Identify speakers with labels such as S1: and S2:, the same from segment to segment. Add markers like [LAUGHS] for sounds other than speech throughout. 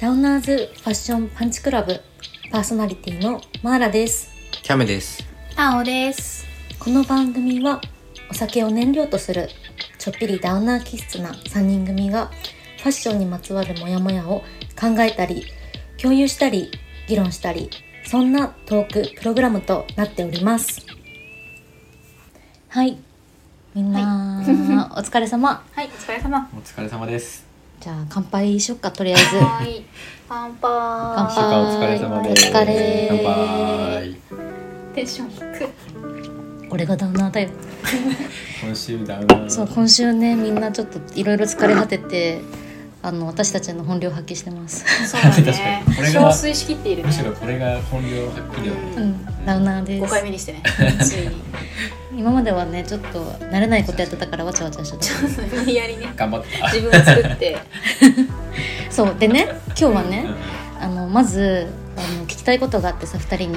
S1: ラウナーズファッションパンチクラブパーソナリティのマーラです
S2: キャメです。
S3: あおです。
S1: この番組はお酒を燃料とするちょっぴりダウナー気質な3人組がファッションにまつわるモヤモヤを考えたり共有したり議論したりそんなトークプログラムとなっておりますはいみんな、 [LAUGHS] お疲れ様
S3: はい、お疲れ様。
S2: お疲れ様です。
S1: じゃあ乾杯しよっかとりあえ
S3: [LAUGHS]
S1: ず
S3: はい、乾杯。
S1: 乾杯
S2: 初夏お疲れ様です。
S1: お疲れ
S2: 乾杯。
S3: テンション低い。
S1: 俺がダウナーだよ
S2: 今週ダウナー。
S1: そう今週ねみんなちょっといろいろ疲れ果ててあの私たちの本領発揮してます、
S3: そうだ
S2: 確か
S3: ね
S2: にこ。れが
S3: 憔悴しきっているね
S2: む。しろこれが本領発揮だよ
S1: う
S2: ね。
S1: ん、ラウナーで
S3: 五回
S1: す
S3: 目にしてね。ついに。
S1: 今まではねちょっと慣れないことやってたからわちゃわちゃしちゃっ
S3: 無理やりね。
S2: 頑張った。
S3: 自分を作って。
S1: たそうでね今日は
S2: う
S1: ね
S2: ん
S1: あのまずあの聞きたいことがあってさ2人に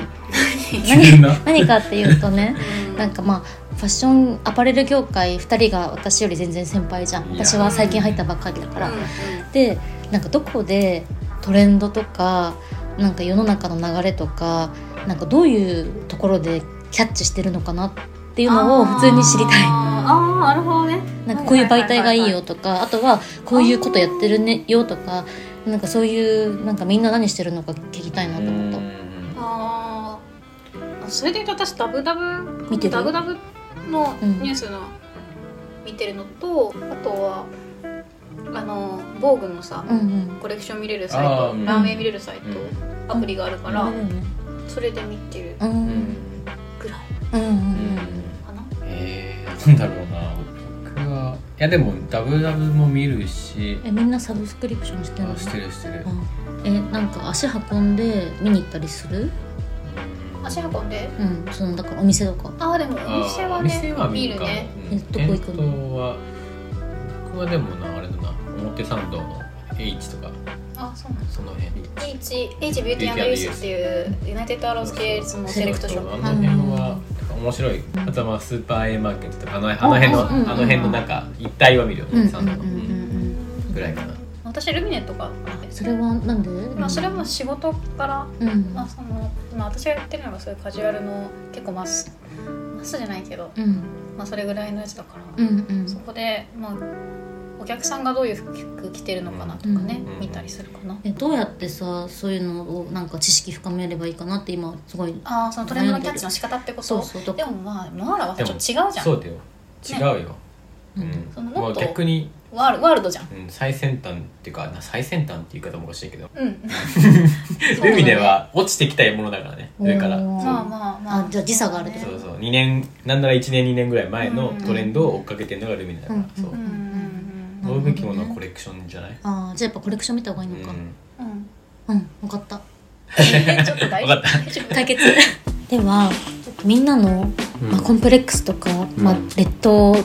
S2: 急な。
S1: 何かっていうとね
S3: うん
S1: なんかまあファッションアパレル業界2人が私より全然先輩じゃん
S2: いや
S1: 私は最近入ったばっかりだから、
S3: うん
S1: でなんかどこでトレンドとかなんか世の中の流れとかなんかどういうところでキャッチしてるのかなっていうのを普通に知りたい
S3: あーあー、なるほどね。
S1: なんかこういう媒体がいいよとかあとはこういうことやってるねよとかなんかそういうなんかみんな何してるのか聞きたいなと思っ
S3: ああ。それで言うと、私ダブダブ。
S1: 見てる
S3: ダブダブ。の
S1: うん
S3: ニュースの。見てるのと、あとは。あの、防具のさ
S1: た。うんうん
S3: コレクション見れるサイ
S2: あー
S3: ト
S2: うん
S3: ランウェイ見れるサイト、
S2: う
S3: アプリがあるか
S1: あ
S3: ら、
S1: れだよね
S3: それで見てる
S1: うん
S2: うん
S1: うん
S3: ぐらい
S1: うんうん
S3: かな、
S2: えーなんだろうな。僕は。いやでもダブダブも見るし。
S1: えみんなサブスクリプションしてるの
S2: あしてるしてる
S1: う。んえなんか足運んで見に行ったりする
S3: 足運んで
S1: うんそのだからお店とか
S3: ああでもお店はね
S2: あーお店は見るか
S3: ね
S2: うん
S1: えどこ行くの
S2: 店頭は僕はでもなあれだな表参道の H とか
S3: あそうなんです
S2: その辺
S3: H, H ビューティーユースっていうユナイテッドアローズ系列のセレクトショ
S2: あ
S3: ッ
S2: の辺は面白いあとはまあスーパー A マーケットとかあのあの辺の
S1: あうんうんうん
S2: あの辺の中一帯は見るよ
S1: うんうん
S2: 表
S1: う
S2: 参
S1: ん
S2: 道の
S1: うんうん
S2: ぐらいかな
S3: 私ルミネとか
S1: それはなんで、
S3: まあそれも仕事から、
S1: うん
S3: まあ、その今私がやってるのがそういうカジュアルの結構マスマスじゃないけど、
S1: うん
S3: まあ、それぐらいのやつだから、
S1: うんうん
S3: そこでまあお客さんがどういう服着てるのかなとかね、
S2: うん
S3: 見たりするかな、
S1: えどうやってさそういうのをなんか知識深めればいいかなって今すごい
S3: ああそのトレンドのキャッチの仕方ってこと
S1: そうそうと
S3: でもまあマーラはさちょっと違うじゃん
S2: そうだよ違うようん
S3: その
S2: ま
S3: も
S2: あ
S3: っと
S2: 逆に
S3: ワールワールドじゃん
S2: うん最先端っていうかな最先端っていう言い方もおかしいけど
S3: う
S1: だ
S3: ん
S1: ね
S2: 海では落ちてきたいものだからね上から
S1: おー
S2: そう
S3: まあまあま
S1: あ
S3: あ
S1: じゃあ時差があるってこ
S2: そうそう2年なんなら1年2年ぐらい前の
S3: うん
S2: トレンドを追っかけてるのがルミネだから
S1: う
S2: そ
S1: ん
S2: う
S1: うん
S3: うんうん
S2: 防具着物のコレクションじゃない
S1: あーじゃあやっぱコレクション見た方がいいのか
S2: う
S1: うん
S2: ん
S3: うんう
S1: わ、
S3: ん
S1: かった
S3: ちょっと大
S2: わかった
S3: 大丈夫
S1: 解決ではみんなの、まあ、コンプレックスとか、まあ
S2: うん、
S1: 劣等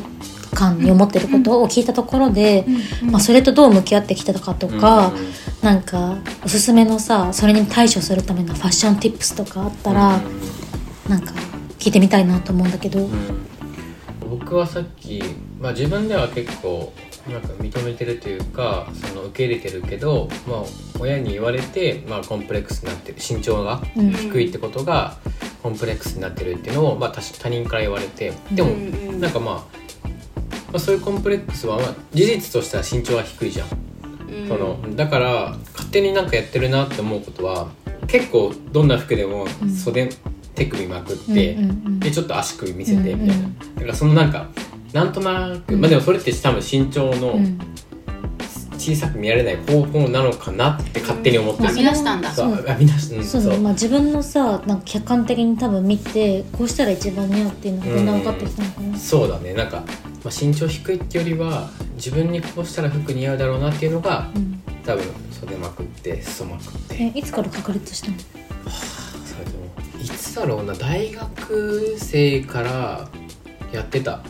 S1: 感に思ってることを聞いたところで、
S3: うん
S1: まあ、それとどう向き合ってきたかとか、
S2: うん
S1: なんかおすすめのさそれに対処するためのファッションティップスとかあったら、なんか聞いてみたいなと思うんだけど、
S2: うん、僕はさっき、まあ、自分では結構なんか認めてるというかその受け入れてるけど、まあ、親に言われて、まあ、コンプレックスになってる身長が
S1: うん
S2: 低いってことがコンプレックスになってるっていうのを、まあ、他他人から言われてで
S3: うん
S2: も
S3: うん
S2: なんかまあまあそういうコンプレックスは、まあ、事実としては身長は低いじゃん、
S3: うん
S2: そのだから勝手になんかやってるなって思うことは結構どんな服でも
S1: うん
S2: 袖手首まくって、
S1: うんうんうん
S2: でちょっと足首見せてみたいな、
S1: うんうん
S2: だからそのなんかなんとなく、
S1: うん
S2: まあでもそれって多分身長
S1: う
S2: の
S1: ん
S2: 小さく見られない方法なのかなって勝手に思ってる、
S3: うん編み出したんだ
S2: そう
S1: そう
S2: 編み出しうん
S1: そう
S2: そう
S1: だねまあ、自分のさなんか客観的に多分見てこうしたら一番似合うっていうのがだんだん分かってきたのかな、
S2: そうだねなんか、まあ、身長低いってよりは自分にこうしたら服似合うだろうなっていうのが
S1: うん
S2: 多分袖まくって裾まくって
S1: えいつから確立したの
S2: それともいつだろうな大学生からやってた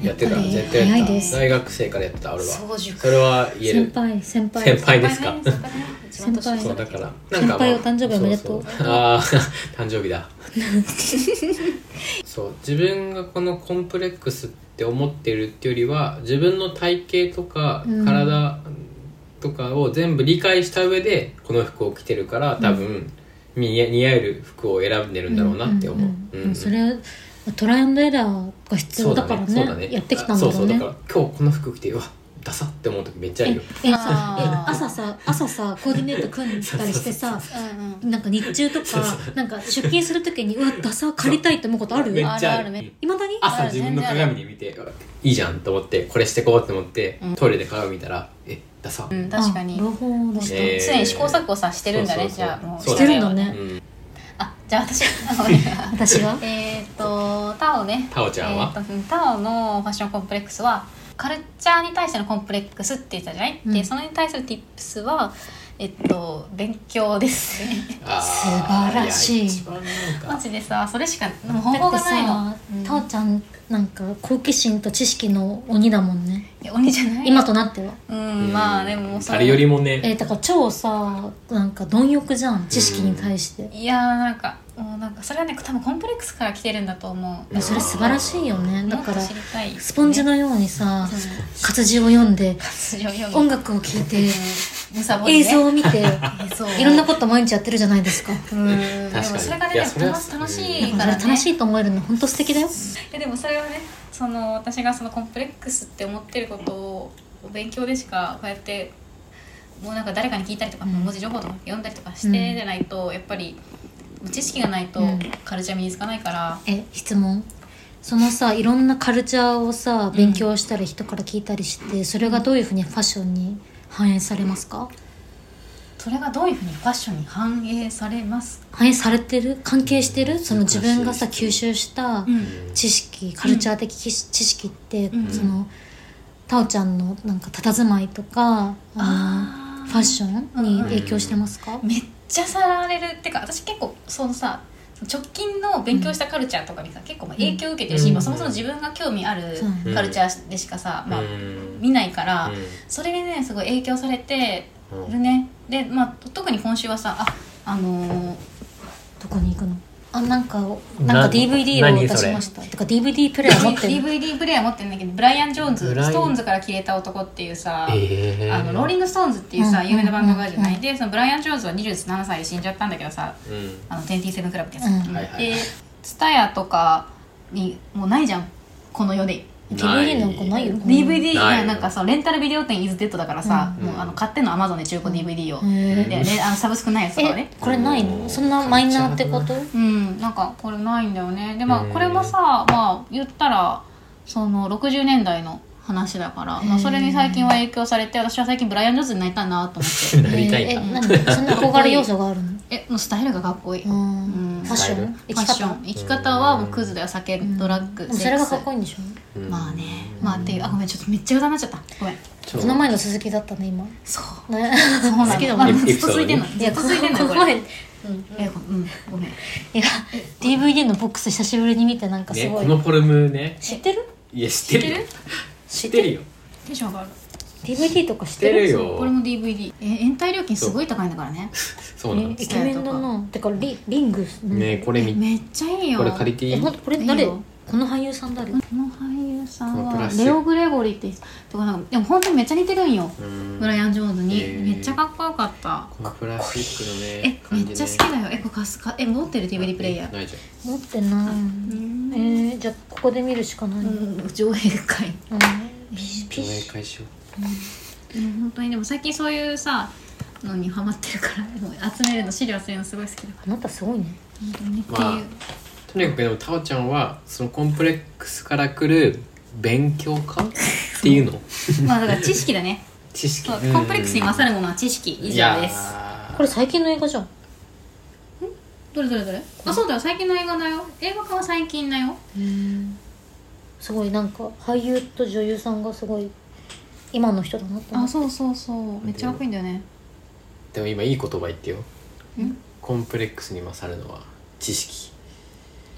S2: やってた
S1: やっぱり
S2: 絶対やっ
S1: 早いで
S2: て
S1: す
S2: た大学生からやってた俺は
S3: 早熟
S2: それは言える
S1: 先輩先輩
S2: 先輩ですか
S3: 先輩ね一番年上
S2: そう
S3: だ
S2: だ
S3: け
S2: か
S3: ど
S2: ら
S1: 先輩お誕生日おめでとう
S2: そそああ [LAUGHS] 誕生日だそう自分がこのコンプレックスって思ってるっていうよりは自分の体型とか
S1: うん
S2: 体とかを全部理解した上でこの服を着てるから多分、似合似合える服を選んでるんだろうなって思う。
S1: んん
S2: うん
S1: んそれはトライアンドエラーが必要だからね
S2: そうだね
S1: やってきたんだろうね
S2: そうそうだから今日この服着てうわダサって思う時めっちゃあるよ
S1: ええ
S3: あー
S1: え朝さ朝さコーディネート組んだりしてさ
S3: うんうん
S1: なんか日中とか
S2: そうそ
S1: なんか出勤するときにうわダサ借りたいって思うことある
S2: めっ
S1: よ
S2: ちゃあ
S3: あるある
S2: る
S3: ね
S1: いまだに
S2: 朝自分の鏡に見てうわいいじゃんと思ってこれしてこうって思って、
S3: うん
S2: トイレで鏡見たらえダサ、
S3: うん確かに
S1: あ朗報だし
S2: えー
S3: 常に試行錯誤さしてるんだね
S2: そうそうそう
S3: じゃあもう
S2: そう
S1: だねしてるんだね
S2: うん
S3: あじゃあ私あのね
S1: 私は
S3: えっとタオね
S2: タオちゃんは
S3: えーとうんタオのファッションコンプレックスはカルチャーに対してのコンプレックスって言ったじゃない、
S1: うん
S3: でそれに対する tips はえっと勉強
S1: [LAUGHS]
S3: ですね
S2: あー
S1: 素晴らしい
S2: や一番なん
S3: マ
S2: か
S3: ジでさそれしかもう方法がないの
S1: だってさタオちゃんなんか好奇心と知識の鬼だもんね
S3: いや鬼じゃない
S1: 今となっては
S3: うんまあでもそれ
S2: 誰よりもね、
S1: えーだから超さなんか貪欲じゃん知識に対して
S3: いやーなんかもうなんかそれはね多分コンプレックスから来てるんだと思う
S1: いやそれ素晴らしいよねだから
S3: もっと知りたい
S1: スポンジのようにさ
S3: うん
S1: 活字を読んで
S3: 活字を読む
S1: 音楽を聴いて
S3: むさぼりね
S1: 映像を見て
S3: 映像
S1: いろんなこと毎日やってるじゃないですか
S3: うんで
S2: 確か
S3: も
S2: に
S3: それがね
S2: いやそれは
S3: 楽し楽し
S1: だ
S3: い
S1: か
S3: からら
S1: 楽
S3: ね
S1: しいと思えるの本当素敵だよ
S3: いやでもそれはねその私がそのコンプレックスって思ってることを勉強でしかこうやってもうなんか誰かに聞いたりとか、
S1: うん
S3: 文字情報とか読んだりとかしてじゃないと、やっぱり知識がないと
S1: うん
S3: カルチャー身につかないから、
S1: え質問そのさいろんなカルチャーをさ勉強したり人から聞いたりしてそれがどういうふうにファッションに反映されますか
S3: それがどういうふうにファッションに反映されますか、
S1: 反映されてる関係してるその自分がさ
S2: 難しい
S1: 吸収した
S2: うん
S1: 知識カルチャー的知知識って、
S3: うん
S1: そのタオちゃんのなんか佇まいとかあのファッションに影響してますか、
S3: ョンめっちゃさらわれるってか私結構そのさ直近の勉強したカルチャーとかにさ結構まあ影響を受けてるし、
S2: うん
S3: まあそもそも自分が興味ある
S1: そう
S2: うん
S3: カルチャーでしかさ、まあ
S2: うん
S3: 見ないから、
S2: うん
S3: それにねすごい影響されて
S2: うん
S3: るねでまあ特に今週はさああのー
S1: どこに行くのあなんかな
S2: なん
S1: か DVD を
S2: 何
S1: 出
S2: そ
S1: し
S2: れ
S1: ましたてか DVD プレイヤー持ってる
S3: DVD プレイヤー持ってるんだけどブライアン・ジョーンズ
S2: ブライアン
S3: ストーンズから消えた男っていうさ、
S2: えー
S3: あのローリング・ストーンズっていうさ、
S1: うん
S3: 有名なバンドがあるじゃない、
S1: うん
S3: でそのブライアン・ジョーンズは27歳で死んじゃったんだけどさ
S2: うん
S3: あの27クラブってやつ、
S1: うん
S3: うん
S2: はいはい
S3: でツタヤとかにもうないじゃんこの世で
S1: DVD なんかないよ
S2: な
S3: DVD
S2: ない
S3: がなんかさレンタルビデオ店イズデッドだからさ、
S2: うん
S3: もうあの買ってんのアマゾンで中古 DVD を、
S1: へ
S3: でねあのサブスクないやつとかね
S1: えこれないのそんなマイナーってこと
S3: うんなんかこれないんだよねでまあ
S2: うん
S3: これもさまあ言ったらその60年代の話だから、まあ、それに最近は影響されて私は最近ブライアン・ジョーンズになりたいなと思っ
S1: [LAUGHS]
S3: て
S2: なりたい
S1: え
S2: な、
S1: ーえ何そんな憧れ要素がある
S2: [LAUGHS]
S1: の
S3: えもうスタイルがかっこいい、
S1: う
S3: フ
S1: ん
S3: うん
S1: ファッション
S2: ス
S1: 生
S3: ァ
S1: き
S3: ッショ
S1: 方
S3: ン生き方はもうクズだよ酒
S1: うん
S3: ドラッグ、
S1: で
S3: セ
S1: も
S3: ックス
S1: それがかっこいいんでしょ
S2: うん
S3: まあねまあっていうあごめんちょっとめっちゃ歌になっちゃったごめん
S2: ちょっ
S1: ことの前の鈴木だったね今
S3: そう
S1: ね
S3: そうなの
S1: 好きだ
S3: ま
S1: も
S3: あ
S1: ん
S3: ずっと続いてんの
S2: エ
S1: い
S3: ず
S1: や
S3: っと続いてんのよ
S1: こ
S3: こ
S1: の
S3: れ
S1: 前
S3: えごうんごめん
S1: いや DVD のボックス久しぶりに見てなんかす
S2: ね
S1: ご
S2: こ
S1: い、
S2: のフォルムね
S1: 知ってる
S2: いや知ってるよ知ってるよ
S3: テンション上がる
S1: DVD とか知っ
S2: 知ってて
S1: る
S2: る
S3: これ
S2: よ
S3: も DVD え延滞料金すごい高いんだからね
S2: そうなの
S1: えイケメンだなてかリリング
S2: ねこれ
S3: え
S2: み
S3: めっちゃいいよ
S2: これ借りてい
S1: え
S2: い
S1: ほんとこれ誰
S3: いいよ
S1: この俳優さん誰
S3: この俳優さん
S2: プ
S3: は
S2: ラス
S3: レオ・グレゴリーってとかなんかでも本当にめっちゃ似てるんよ、
S2: うん
S3: ブライアン・ジョーンズに、
S2: へー
S3: めっちゃかっこよかった
S2: このプラスチックの
S3: え
S2: ね
S3: め
S2: 感
S3: っ
S2: じね
S3: ちゃ好きだよえこれ貸すかえ持ってる DVD プレイヤー
S2: ないじゃん
S1: 持ってな
S3: う
S1: いえ
S3: ん、
S1: ー、じゃあここで見るしかない、うん
S3: 上映会
S1: ピシピ
S2: お願い
S1: シ
S2: 返しよ
S3: うん本当にでも最近そういうさのにハマってるからもう集めるの資料集めるのすごい好きだから
S1: あなたすごいね
S3: 本当にっていう、
S2: まあうとにかくでもタオちゃんはそのコンプレックスから来る勉強家っていうの
S3: まあだから知識だね
S2: 知識
S3: そう
S2: うん
S3: コンプレックスに勝るものは知識以
S2: い
S3: 上
S2: や
S3: です
S1: これ最近の映画じゃん
S3: どれどれどれあそうだよ最近の映画だよ映画化は最近だよ
S1: すごいなんか俳優と女優さんがすごい今の人だなと思
S3: あ
S1: って
S3: そうそうそうめっちゃかっこいいんだよね
S2: ーでも今いい言葉言ってよ
S3: ん
S2: コンプレックスに勝るのは知識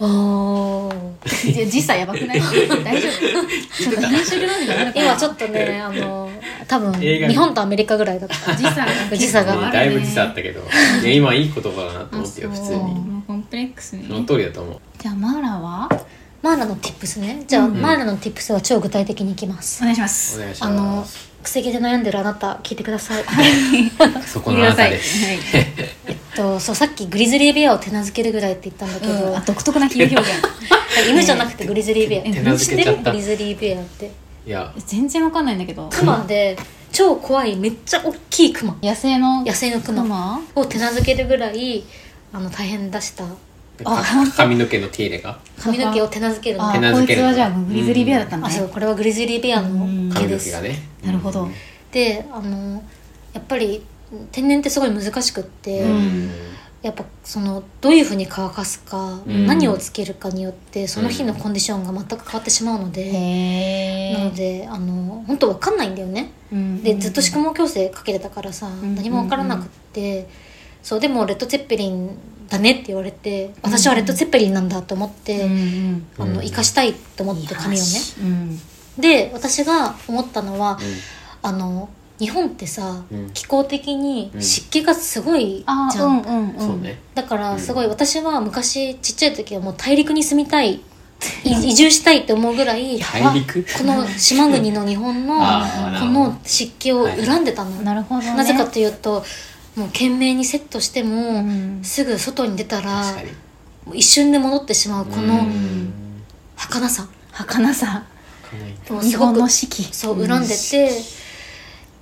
S1: あー
S3: いや時差やば
S2: [LAUGHS]
S3: くない大丈夫ちょっと編集でなんで
S1: 今ちょっとねあの多分
S2: 映画
S1: 日本とアメリカぐらいだった
S3: 時差が
S1: 時差が
S3: 結構あるね
S2: だいぶ時差あったけどいや今いい言葉だなと思ってよ
S1: あ
S2: 普
S1: そう
S2: 通に
S3: もうコンプレックス
S2: その
S3: に
S2: 通りだと思う
S3: じゃあマーラは
S1: マーラの tips ねじゃあ、
S2: ん
S1: マーラの tips は超具体的にいきます
S3: お願いします
S2: お願いし
S1: あの
S2: ます
S1: くせ毛で悩んでるあなた聞いてください
S2: そこの中
S3: 聞いてください
S2: で
S3: はい
S1: えっとそうさっきグリズリーベアを手なずけるぐらいって言ったんだけど、
S3: うんあ独特な比喩表現
S1: [LAUGHS] 犬じゃなくてグリズリーベア
S2: 手なずけちゃった
S1: グリズリーベアって
S2: いや
S3: 全然わかんないんだけど
S1: クマで超怖いめっちゃ大きいクマ
S3: 野生の
S1: 野生のク
S3: ク
S1: マ
S3: マ
S1: を手なずけるぐらいあの大変だした
S2: か髪の毛の手入れが
S1: 髪の毛を手なずけるの
S3: あ
S2: 手な
S3: こ
S2: ず
S3: い
S2: け
S3: つ
S2: る
S3: はじゃあグリズリーベアだったんだ
S1: あそう
S3: ね
S1: これはグリズリーベアの毛
S2: 髪
S1: で
S2: の毛
S1: す
S2: がね
S3: なるほど
S1: であのやっぱり天然ってすごい難しくって、
S2: うんうん
S1: やっぱそのどういうふうに乾かすか、
S2: うん
S1: 何をつけるかによってその日のコンディションが全く変わってしまうので、
S3: へ
S1: なのであの本当わかんないんだよね。でずっと
S3: し
S1: 宿毛矯正かけてたからさ、
S3: ん
S1: 何もわからなくって、そうでもレッド・ツェッペリンだねって言われて私はレッド・ツェッペリンなんだと思って、
S3: うん
S1: あの生かしたいと思って髪をね。
S3: うん
S1: で私が思ったのは、
S2: うん
S1: あの日本ってさ、
S2: うん
S1: 気候的に
S2: うん
S1: 湿気がすごいじゃ
S3: あ
S1: ん、
S3: ーうんうんうん
S2: そうね
S1: だから
S2: うん
S1: すごい私は昔ちっちゃい時はもう大陸に住みたいい移住したいって思うぐらい
S2: 大陸
S1: この島国の日本の
S2: あー
S1: この湿気を恨んでたの、
S3: なるほどね
S1: なぜかというともう懸命にセットしても、
S3: うん
S1: すぐ外に出たら
S2: 確かに
S1: もう一瞬で戻ってしまうこ
S2: う
S1: の
S2: ん
S1: 儚さ
S3: 儚さ
S2: かなり
S1: を
S3: 日
S1: すご
S3: 本
S1: く
S3: の四季
S1: そう恨んでて、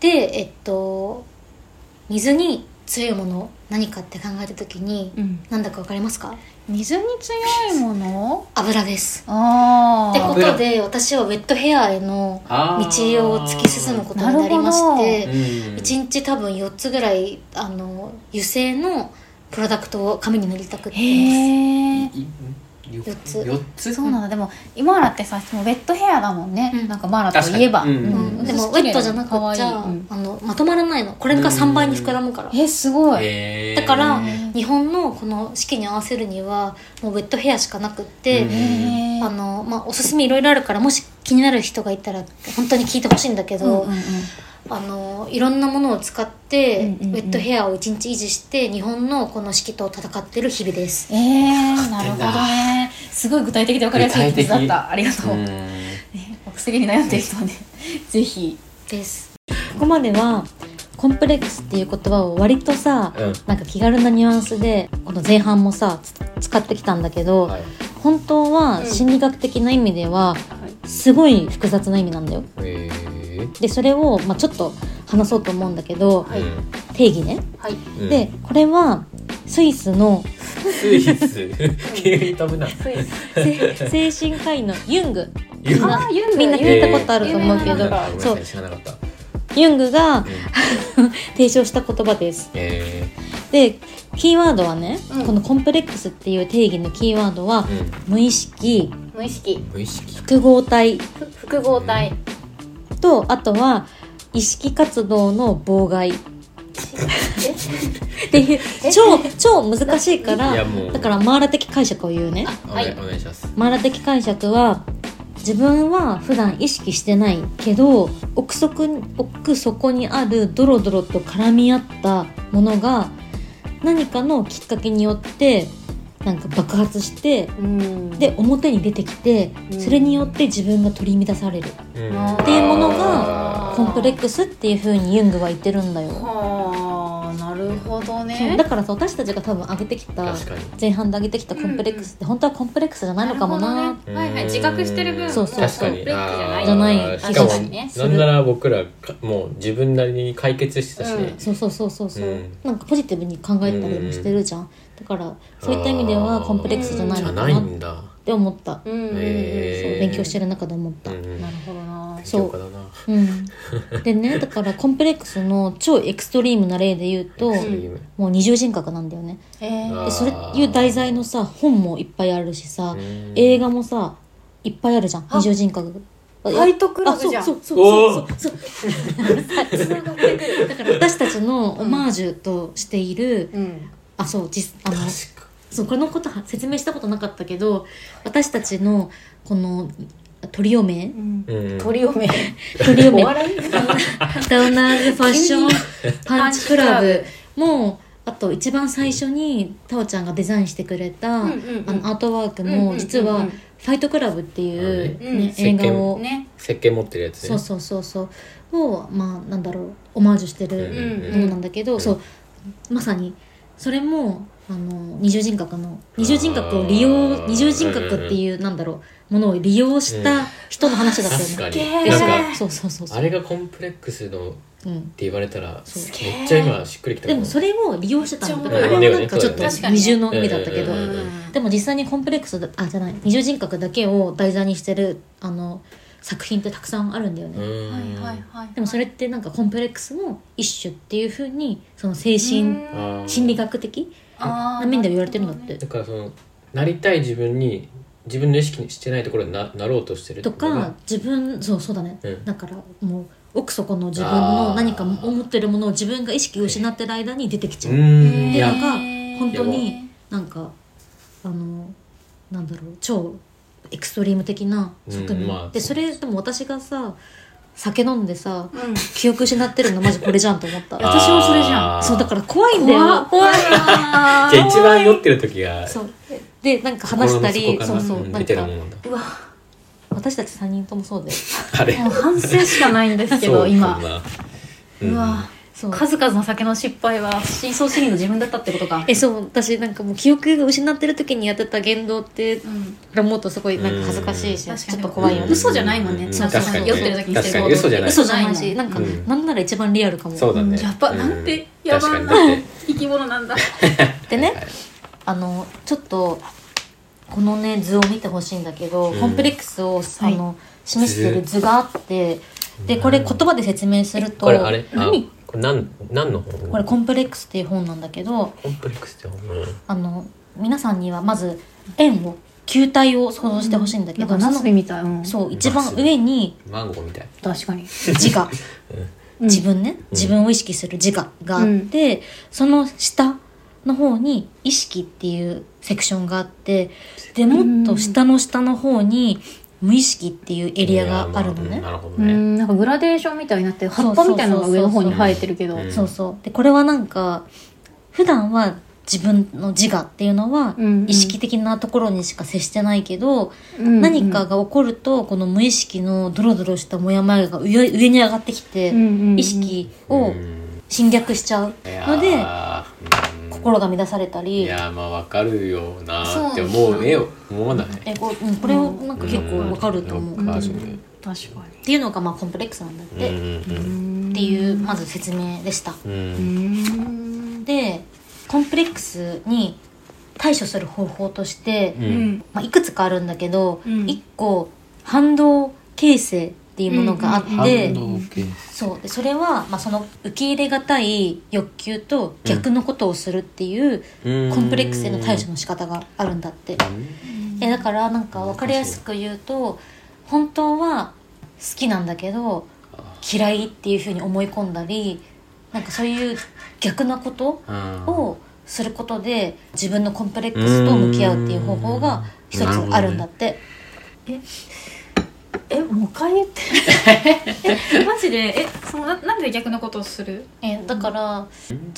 S1: でえっと水に強いもの何かって考えた時に、
S3: うん
S1: なんだかわかりますか
S3: 水に強いもの
S1: 油です
S3: あ
S1: って
S3: あ
S1: ことで私はウェットヘアへの道
S2: あ
S1: を
S2: ー
S1: 突き進むことになりま
S3: な
S1: して
S2: うん
S1: 一日多分4つぐらいあの油性のプロダクトを髪に塗りたくってます
S3: へえ
S2: いよ
S1: 四つ
S2: 四つ
S3: そうなんだでも今らってさもうウェットヘアだもんね、
S1: うん
S3: なんかマラといえば、
S2: 確かに
S1: うん
S2: うん
S1: でもウェットじゃなく
S3: 可
S1: っ
S3: 愛
S1: ち
S3: い
S1: ゃ、
S3: うん
S1: あのまとまらないのこれが3倍に膨らむから、
S3: えすごい、
S2: へー
S1: だから
S3: ー
S1: 日本のこの式に合わせるにはもうウェットヘアしかなくっ
S2: う
S1: て、
S3: へー
S1: あのまあ、おすすめいろいろあるからもし気になる人がいたら本当に聞いてほしいんだけど、
S3: うんうんうん
S1: あのいろんなものを使って、
S3: うんうんうん
S1: ウェットヘアを一日維持して日本のこの式と戦ってる日々です。
S3: えー、なるほどねすごい具体的で分かりやす
S2: 具
S3: い
S2: 体
S3: 記
S2: 的
S3: 事だったありがとう、
S2: うん
S3: ね、くせ毛に悩んでる人はねぜひ
S1: です。
S4: ここまではコンプレックスっていう言葉を割とさ、
S2: うん
S4: なんか気軽なニュアンスでこの前半もさつ使ってきたんだけど、
S2: はい
S4: 本当は心理学的な意味ではすごい複雑な意味なんだよ。
S2: へー
S4: でそれを、まあ、ちょっと話そうと思うんだけど、
S3: はい
S2: うん
S4: 定義ね。
S3: はい
S2: うん
S4: でこれはスイスの
S2: スイス急に飛ぶな [LAUGHS]
S4: せ精神科医のユング
S2: 言う
S3: あーユング
S4: みんな聞いたことあると思うけ
S2: ごめん
S4: ど
S3: え
S2: な
S4: そ
S2: さ
S4: う
S2: い知らなかった
S4: ユングが
S2: うん
S4: [LAUGHS] 提唱した言葉です。
S2: え
S4: でキーワードはね、
S3: うん
S4: このコンプレックスっていう定義のキーワードは
S2: ーうん
S4: 無意識
S3: 無意識
S2: 無意識
S4: 複合体
S3: ふ複合体
S4: とあとは意識活動の妨害っていう超超難しいか
S2: いや
S4: ら
S2: もう
S4: だからマーラ的解釈を言うね
S2: お
S3: は
S2: 願
S3: い
S2: いお願いします
S4: マーラ的解釈は自分は普段意識してないけど奥底に奥底にあるドロドロと絡み合ったものが何かのきっかけによってなんか爆発して
S3: うん
S4: で表に出てきて
S3: うん
S4: それによって自分が取り乱される
S2: うん
S3: って
S4: いうもの
S3: が
S2: あ
S4: コンプレックスっていう風にユングは言ってるんだよ。
S3: はあなるほど
S4: そう
S3: ね
S4: だからさ私たちが多分上げてきた
S2: 確かに
S4: 前半で上げてきたコンプレックスって本当はコンプレックスじゃないのかもな
S3: るほどねはいはい自覚してる分
S4: そうそう
S2: 確かに
S3: もうコンプレックスじゃな
S2: あ
S3: い
S2: ー
S4: じゃない
S2: しか
S4: 確
S2: も
S3: かにね
S2: なんなら僕らかもう自分なりに解決してたしね
S4: そうそうそうそうそう、
S2: うん
S4: なんかポジティブに考えたりもしてるじゃん、だからそういった意味ではコンプレックスじゃない
S2: じ
S4: の
S2: ゃ
S4: か
S2: ない
S4: なっ
S2: んだ
S4: て思った、
S3: うんうんうん
S2: へ
S4: そう
S2: ー
S4: 勉強してる中で思った、
S2: うんうん
S3: なるほどな
S4: そう
S2: 勉強家だな
S4: うん、でねだからコンプレックスの超エクストリームな例で言うと、
S3: うん
S4: もう二重人格なんだよね
S3: えー
S4: でそれいう題材のさ本もいっぱいあるしさ、映画もさいっぱいあるじゃん
S3: あ
S4: 二重人格フ
S3: ァイトクラブじゃん
S4: そうそうそう
S2: お
S4: そうそうそうだから私たちのオマージュとしている、
S3: うん
S4: あそう実あの
S2: 確か
S4: そうこのことは説明したことなかったけど私たちのこのトリオ名
S3: うん
S2: うん
S3: 鳥嫁
S4: トリオ名
S3: お笑い
S4: ダウナーズファッションパンチクラ
S3: パ
S4: ブ
S3: ンチ
S4: もあと一番最初にタオちゃんがデザインしてくれた、
S3: んうんうん
S4: あのアートワーク
S3: うんうんうんう
S4: も
S3: ん
S4: 実は「ファイトクラブ」っていう、
S2: あ
S4: ね
S3: のね
S4: 映画を、
S3: ね
S2: 設計持ってるやつね
S4: そうそうそうそう
S1: をまあなんだろうオマージュして
S2: うん
S1: る
S2: うん
S1: ものなんだけど、
S2: うん
S1: そうまさにそれもあの二重人格の二重人格を利用
S2: あー
S1: 二重人格っていうなんだろうものを利用した人の話だった
S2: 確
S1: よ
S2: か
S1: ね。
S4: すっげ
S2: に
S4: ー
S2: な
S1: で
S2: んか
S1: そうそうそうそう
S2: あれがコンプレックスのっ
S1: うん、
S2: て言われたら
S1: そう
S2: めっちゃ今しっくりきた
S1: でも
S2: れ
S1: それを利用してたんだからあ
S2: うん
S1: れはなんかちょっと
S2: 確
S3: かに
S1: 二重の目だったけど、
S2: うん
S1: でも実際にコンプレックスだあじゃない二重人格だけを題材にしてるあの作品ってたくさんあるんだよね、
S2: うん
S3: はいはいはい
S1: でもそれってなんかコンプレックスの一種っていうふうにその精神
S2: あー
S1: 心理学的
S3: あ
S1: な
S3: ー
S1: 面では言われてるんだっ
S2: だ
S1: て
S2: からそのなりたい自分に自分の意識にしてないところにななろうとしてるって
S1: と
S2: こと
S1: か自分そうそうだね、
S2: うん
S1: だからもう奥底の自分の
S2: あー
S1: 何か思ってるものを自分が意識を失ってる間に出てきちゃ
S2: う
S1: う、
S2: んい
S1: で
S2: や
S1: なんか本当
S2: い
S1: になんかあのなんだろう超エクストリーム的な側面、
S2: うんまあ
S1: でそれでも私がさ酒飲んでさ
S3: うん
S1: 記憶失って
S2: [LAUGHS]
S1: るのマジこれじゃんと思った
S3: 私もそれじゃ
S2: あー
S1: そうだから怖いんだよ
S3: 怖いな
S2: じゃあ一番酔ってる時が
S1: そうでなんか話したり
S2: 心
S1: そ
S2: の
S1: うそ
S2: 底か
S1: う
S2: らうん
S1: なん
S2: 出てる
S1: か
S2: ものなんだ
S3: うわ
S1: 私たち3人ともそうで
S2: あれ
S3: もう反省しかないんですけ
S2: そう
S3: ど
S2: か
S3: 今
S2: な
S3: うわ
S1: そう
S3: 数々の酒の失敗は深層心理の自分だったってことか
S1: えそう私なんかもう記憶が失ってる時にやってた言動って
S3: うん
S1: 思うとすごいなんか恥ずかしいし
S3: 確かに
S1: ちょっと怖いよ
S2: う
S1: ね
S2: ん
S3: 嘘じゃないもんね
S2: う
S3: そう
S1: そう
S2: 確かにね
S1: 酔ってる
S3: 時にしてる
S2: 確かに嘘じゃない
S1: 嘘じゃないしなんか、
S2: うん
S1: なんなら一番リアルかも
S2: そうだね
S3: やば
S2: うん
S3: なんてやば
S2: 確
S3: な
S2: かにだって
S3: 生き物なんだ
S1: でね、
S2: はいはい
S1: あのちょっとこのね図を見てほしいんだけど、
S2: うん
S1: コンプレックスをあの、示してる図があってで
S2: うん
S1: これ言葉で説明すると
S2: これあれあ
S1: 何
S2: これなん何の本
S1: これ「コンプレックス」っていう本なんだけど
S2: コンプレックスって本
S1: あの皆さんにはまず円を球体を想像してほしいんだけど、その
S3: みたいうん
S1: そう一番上に
S2: マンゴーみたい
S3: 確かに
S1: 自我自分ね、自分を意識する自我があって、その下の方に意識っていうセクションがあってでもっと下の下の方に無意識っていうエリアがあるの
S2: いや
S1: ね
S2: ま。あうんなるほど
S3: う
S2: ね
S3: んなんかグラデーションみたいになって
S1: そう
S3: 葉っぱみたいなのが上の方に
S1: そうそうそう
S3: 生えてるけど
S2: うん
S1: そうそうでこれはなんか普段は自分の自我っていうのは
S3: うんうん
S1: 意識的なところにしか接してないけど、何
S3: 何
S1: かが起こるとこの無意識のドロドロしたモヤモヤが上上に上がってきて、意識を
S2: うん
S1: 侵略しちゃう
S2: いや
S1: ので、
S2: ーうん
S1: 心が乱された
S2: い
S1: り
S2: やーまあわかるよなーって
S3: そう
S2: 思う絵を思わない
S1: えこううんこれをなんか結構わかると思う、
S2: ん
S1: っ
S2: わかるね
S3: 確かに
S1: ていうのがまあコンプレックスなんだって、っ
S2: うん
S1: ていうまず説明でした
S2: うんうん
S3: うん
S1: でコンプレックスに対処する方法として、
S2: う
S3: うんん
S1: まあ、いくつかあるんだけど、
S3: うん
S1: 一個反動形成っていうものがあって、
S3: うんうん
S2: 反動系
S1: そうでそれは、まあ、その受け入れがたい欲求と逆のことをするっていう
S2: うん
S1: コンプレックスへの対処の仕方があるんだって、えだからなんか分かりやすく言うと本当は好きなんだけど嫌いっていうふうに思い込んだりなんかそういう逆なこと
S2: うん
S1: をすることで自分のコンプレックスと向き合うっていう方法が一つあるんだって、
S3: えもう一回言ってえマジでえそのななんで逆のことをする
S1: えだから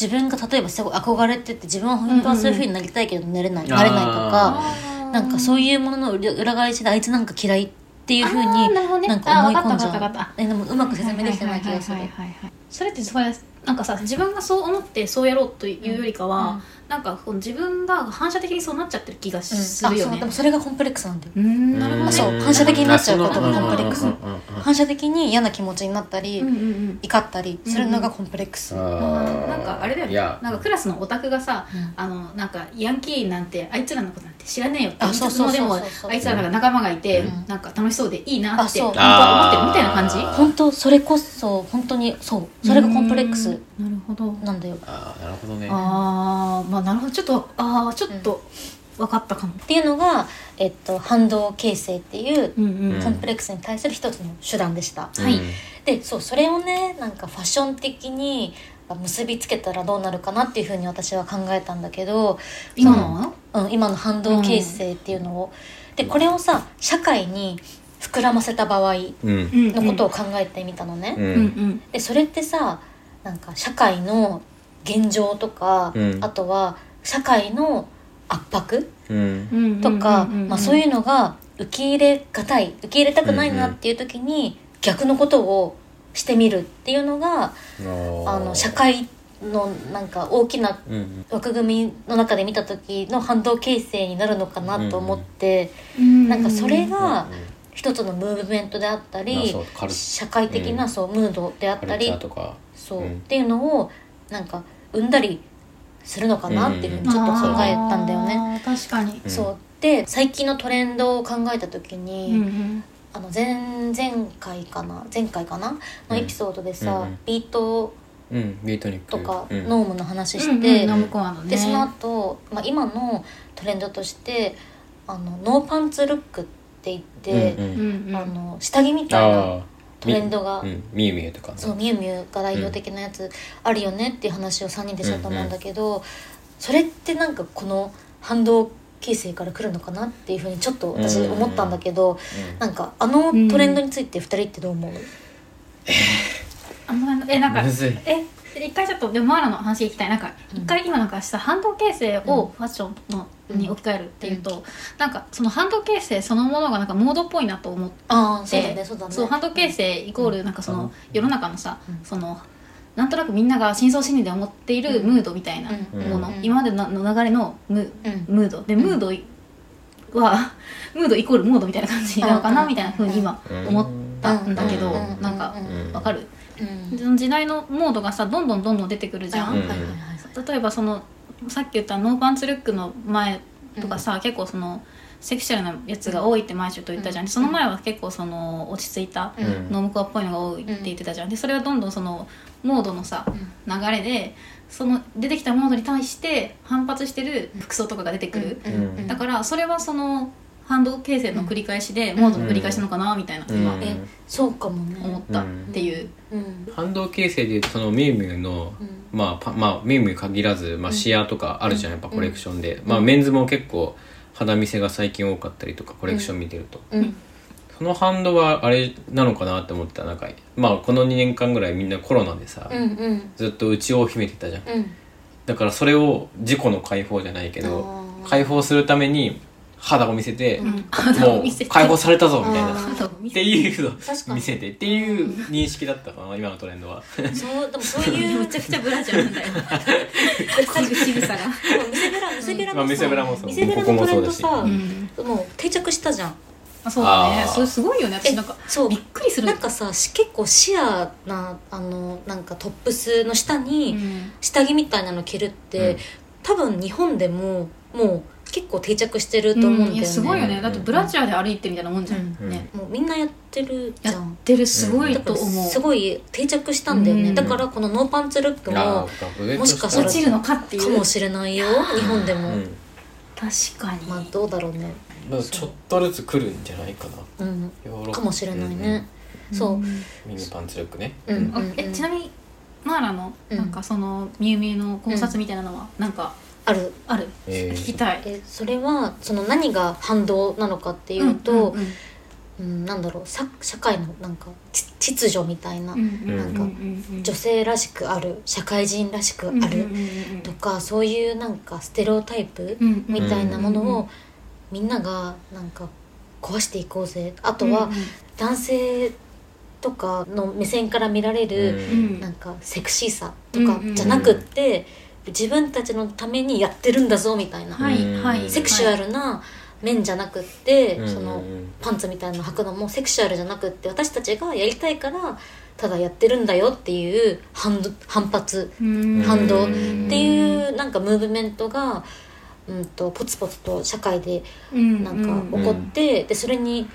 S1: 自分が例えばすごい憧れてて自分は本当はそういうふうになりたいけどなれない、なれないとかなんかそういうものの裏裏返しであいつなんか嫌いっていうふうに
S3: あーなるほどね
S1: なんか思い込んじ
S3: あーわかったわかったわか
S1: ゃ
S3: っ
S1: うえでもうまく説明できてない気がする
S3: はいはいはいはいはいそれってそれなんかさ自分がそう思ってそうやろうというよりかは、
S1: うん
S3: なんかこう自分が反射的にそうなっちゃってる気がし
S1: うん
S3: するよ
S1: あそうで
S3: ね
S1: も。それがコンプレックスなんだよ、
S3: うん
S2: なるほどね
S1: そう反射的になっちゃうこと
S3: が
S2: ん
S3: コンプレック
S1: ス
S2: うんうんうんうん
S1: 反射的に嫌な気持ちになったり、
S3: うんうんうん
S1: 怒ったりするのがコンプレックス、
S2: あー
S3: なんかあれだよ
S2: い
S3: ね
S2: や
S3: なんかクラスのオタクがさ、
S1: うん
S3: あのなんかヤンキーなんてあいつらのことなんて知らねえよって言い
S1: あ
S3: つ
S1: そう
S3: つ
S1: そう
S3: も
S1: そう
S3: で
S1: そう
S3: もあいつらが仲間がいて、
S1: うん
S3: なんか楽しそうでいいな
S1: あ
S3: って
S1: そう
S3: 本当は思ってるみたいな
S2: あ
S3: 感
S1: 本当それこそ本当にそう
S3: じ
S1: それがコンプレックス
S3: うんなるほど
S1: なんだよっ
S2: あーなるほどね
S3: ああまあなるほどちょっとああちょっと分かったかも、
S1: ていうのが、えっと、反動形成っていう
S3: うんうん
S1: コンプレックスに対する一つの手段でした、
S3: は
S2: う
S3: い
S2: ん
S1: でそうそれをねなんかファッション的に結びつけたらどうなるかなっていうふうに私は考えたんだけど、
S3: 今のは
S1: うん、今の反動形成っていうのを、でこれをさ社会に膨らませた場合
S2: うん
S3: の
S1: のことを考えてみたのね、
S2: う
S3: うんうんん
S1: でそれってさなんか社会の現状とか、
S2: うん
S1: あとは社会の圧迫
S2: うん
S3: うんうん
S1: とか、
S3: んんん
S1: まあ、そういうのが受け入れがたい受け入れたくないなっていう時に逆のことをしてみるっていうのが
S2: あ
S1: あの社会のなんか大きな
S2: うんうん
S1: 枠組みの中で見た時の反動形成になるのかなと思って、
S3: なん
S1: なんかそれ
S2: うん
S1: が一つのムーブメントであった
S2: まあ
S1: り
S2: そうカル
S1: 社会的
S2: う
S1: なんそうムードであっ
S2: カ
S1: た
S2: ルチ
S1: り
S2: ャーとか
S1: そう、
S2: うん
S1: っていうのをなんか生んだりするのかなっていうふうにちょっと考えたんだよね。
S3: 確かに
S2: うん
S1: そうで最近のトレンドを考えた時
S3: う
S1: に、
S3: ん
S1: あの前前回かな前回かな
S2: う
S1: の
S2: ん
S1: エピソードでさ、
S2: うんうん
S1: ビート
S2: うんビートニック
S1: とか
S2: うん
S1: ノームの話
S3: う
S1: し
S3: ん
S1: て、
S3: うんノムコアのね
S1: でその後、まあ今のトレンドとしてあのノーパンツルックって言って
S2: う、ん
S3: う
S2: うん
S3: んうん
S1: あの下着みたいな
S2: あー
S1: トレンドが
S2: みうんみゆみゆとか
S1: そうみゆみゆが代表的なやつあるよねっていう話を3人でしたと思うんだけど、それってなんかこの反動形成から来るのかなっていうふうにちょっと私思ったんだけど、
S2: うん
S1: なんかあのトレンドについて2人ってどう思う、
S3: あのなんかえなんか
S2: むずい
S3: え一回ちょっとでもマーラの話聞きたいなんか
S1: うん
S3: 一回今なんかした反動形成
S1: うん
S3: をファッションのに置き換えるっていうと、なんかその反動形成そのものがなんかモードっぽいなと思って
S1: ああそうだねそうだね
S3: そう反動形成イコールなんかその世の中のさ、
S1: うん
S3: そのなんとなくみんなが深層心理で思っているムードみたいな
S2: うん
S3: もの、
S1: うん
S3: 今までのの流れのム
S1: うん
S3: ムードでムードは [LAUGHS] ムードイコールモードみたいな感じなのかなみたいなふうに今
S2: うん
S3: 思ったんだけど、
S2: うん
S3: なんか
S2: うん
S3: わかる
S1: うん
S3: その時代のモードがさどんどんどんどん出てくるじゃ
S1: あ
S3: ん
S2: う、ん
S1: はいはいはい
S3: 例えばそのさっき言ったノーパンツルックの前とかさ、結構そのセクシャルなやつが多いって前ちょっと言ったじゃん、
S1: うん
S3: その前は結構その落ち着いた
S1: うんうん
S3: ノームコアっぽいのが多いって言ってたじゃん、でそれはどんどんそのモードのさ流れでその出てきたモードに対して反発してる服装とかが出てくる、
S2: うんうん
S3: だからそれはその反動形成の繰り返しで
S1: うん
S3: モードの繰り返しなのかなみたいな、
S2: うん
S3: 今
S2: うん
S1: えそうかも
S3: 思っ
S1: ね
S3: たっていう、
S1: うん
S2: 反動形成でいうとそのみゆみゆの
S1: うん
S2: まあパまあ、メイムに限らず、まあ、
S1: うん
S2: シアーとかあるじゃん、やっぱコレクションで、
S1: ん
S2: まあ、メンズも結構肌見せが最近多かったりとかコレクション見てると、
S1: うん
S2: そのハンドはあれなのかなって思ってたなんか、まあ、この2年間ぐらいみんなコロナでさ、
S1: うんうん
S2: ずっと内を秘めてたじゃん
S1: うん
S2: だからそれを自己の解放じゃないけど
S1: あー
S2: 解放するために肌を見せて、
S1: う
S3: うん、
S2: もう解放されたぞみたい
S1: あ
S2: な
S1: ー
S2: っ
S3: 肌を見せ
S2: ていうの
S1: 確か
S2: 見
S1: に
S2: せてっていう認識だったかな今のトレンドは
S1: そうでもそういう
S3: めちゃくちゃブラジャーなんだよ仕草が、
S1: 見せべら見せべら
S2: まあ見せべらも
S1: も
S2: そ
S1: さ
S2: う
S1: 見せべらのトレンド
S2: ここ
S1: さ、もう定着したじゃん
S3: あそうだ
S2: あ
S3: ね
S2: ー
S3: それすごいよね私なんか
S1: そう
S3: びっくりする
S1: なんかさし結構シアーなあのなんかトップスの下
S3: う
S1: に
S3: ん
S1: 下着みたいなの着るって、
S2: うん
S1: 多分日本でももう結構定着してると思うんだよ
S3: い
S1: ね、
S3: やすごいよねだってブラジャーで歩いてるみたいなもんじゃん、
S1: うん
S3: ね
S1: もうみんなやってるじゃ
S3: やっ
S1: ん
S3: てるすご
S2: うん
S3: いと思う、
S1: すごい定着したんだよね、
S3: うん
S1: だからこのノーパンツルック
S2: あ
S1: も
S2: ー
S1: もしかしたら
S3: 落ちるのかっていう
S1: かもしれないよ日本でも、
S2: うん
S3: 確かに、
S1: まあどうだろうね、
S2: まあ、ちょっとずつ来るんじゃないかな
S1: うん、
S2: ヨーロッパ
S1: かもしれないね、そう、
S2: うんミニパンツルックね
S1: うん
S2: うん
S3: あえちなみにマーラの
S1: うん
S3: なんかそのみゆみゆの考察みたいなのはなんか
S1: ある
S3: ある、
S2: えー
S3: 聞きたい
S1: えそれはその何が反動なのかっていうと、
S3: んん
S1: うん、なんだろうさ社会のなんかち秩序みたいな、
S3: うんうん
S1: なんか
S3: うんうんうん
S1: 女性らしくある社会人らしくあ
S3: うんうん
S1: るとか、そういうなんかステレオタイプ
S3: うんうん
S1: みたいなもの
S3: う
S1: をみんながなんか壊していこうぜあ
S3: う
S1: と
S3: ん
S1: は男性とかの目線から見られる、
S3: ん
S1: なんかセクシーさとか
S3: うんうん
S1: じゃなくって、自分たちのためにやってるんだぞみたいな、
S3: はいはい
S1: セクシュアルな面じゃなくって、
S2: うん
S1: その。パンツみたいなの履くのもセクシュアルじゃなくって私たちがやりたいからただやってるんだよっていう反ど反発
S3: うん
S1: 反動
S2: うん
S1: っていうなんかムーブメントが、うん、とポツポツと社会で
S3: うん
S1: なんか
S2: お
S1: 起こって、でそれに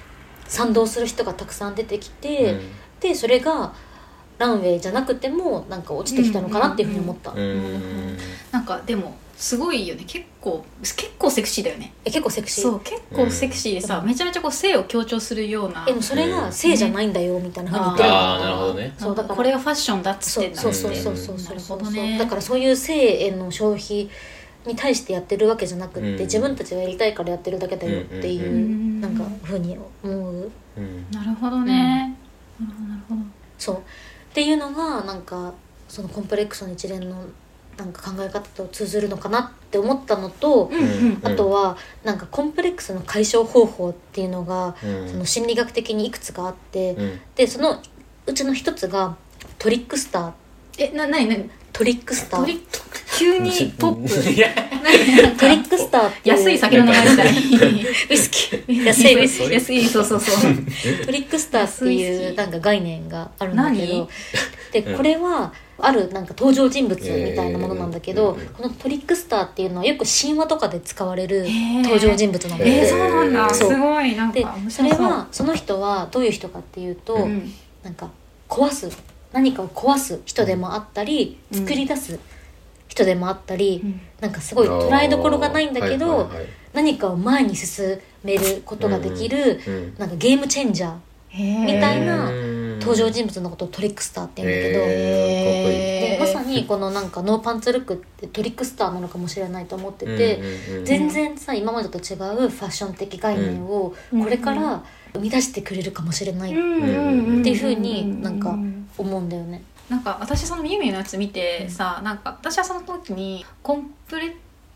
S1: 賛同する人がたくさん出てきて、でそれがランウェイじゃなくてもなんか落ちてきたのかなっていうふうに思った、
S2: うんうん
S3: なんかでもすごいよね結構結構セクシーだよね
S1: え結構セクシ
S3: そ
S1: ー
S3: う結構セクシーでさ、
S1: うん
S3: めちゃめちゃこう性を強調するような
S1: でもそれが性じゃないんだよみたいなふうに言ってるのか
S2: あーなるほどね
S1: そうだか
S3: だかららこれがファッションだっつ
S1: そ
S3: って
S1: うん
S3: だ
S1: そうそう
S2: ね
S1: そうそうそうそう
S3: なるほどね
S1: だからそういう性への消費に対してやってるわけじゃなくって、
S2: うん
S1: 自分たちがやりたいからやってるだけだよっていう、
S2: うん
S3: うんうん
S1: なんかふうに思う
S2: うん
S3: なるほどね、なるほどなる
S1: そうっていうのがなんかそのコンプレックスの一連のなんか考え方と通ずるのかなって思ったのと、
S3: ほどうんうん
S1: あとはなんかコンプレックスの解消方法っていうのが、
S2: うん
S1: その心理学的にいくつかあって、
S2: うん
S1: でそのうちの一つがトリックスター
S3: えななになに
S1: トリックスター
S3: トリ急にポップ
S2: いや
S3: 何
S1: トリックスターっていう
S3: 安い酒の名前みたい
S1: ウイスキー安いウイス
S2: スキー
S3: 安いそうそうそう
S1: キートリックスターってい
S3: 安い
S1: う
S3: ウイスキー
S1: なんか概念があるんだけどで
S2: うん
S1: これはあるなんか登場人物みたいなものなんだけど、
S2: えー
S1: このトリックスターっていうのはよく神話とかで使われる
S3: へー
S1: 登場人物なんだよ
S3: えー、
S2: へ
S3: そうなんだす
S1: そう
S3: ごいなん
S1: で
S3: か面白
S1: そ
S3: そう
S1: れはその人はどういう人かっていうと、
S3: うん
S1: なんか壊す何かを壊す人でもあったり、
S3: うん
S1: 作り出す人でもあったり、
S3: うん
S1: なんかすごい捉えどころがないんだけど、
S2: あーはいはいはい
S1: 何かを前に進めることができる、
S2: うん
S1: なんかゲームチェンジャーみ
S3: み
S1: たいな
S2: うん
S1: 登場人物のことをトリックスターって言うんだけど。で
S2: え
S1: まさにこのなんかノーパンツルックってトリックスターなのかもしれないと思って
S2: ー
S1: て、
S2: うんうんうん
S1: 全然さ今までと違うファッション的概念を
S3: うん
S1: これから生み出してくれるかもしれない
S3: って
S1: いう風になんか思うんだよね。
S3: なんか私そのみゆみゆのやつ見てさなんか私はその時にコンプレッ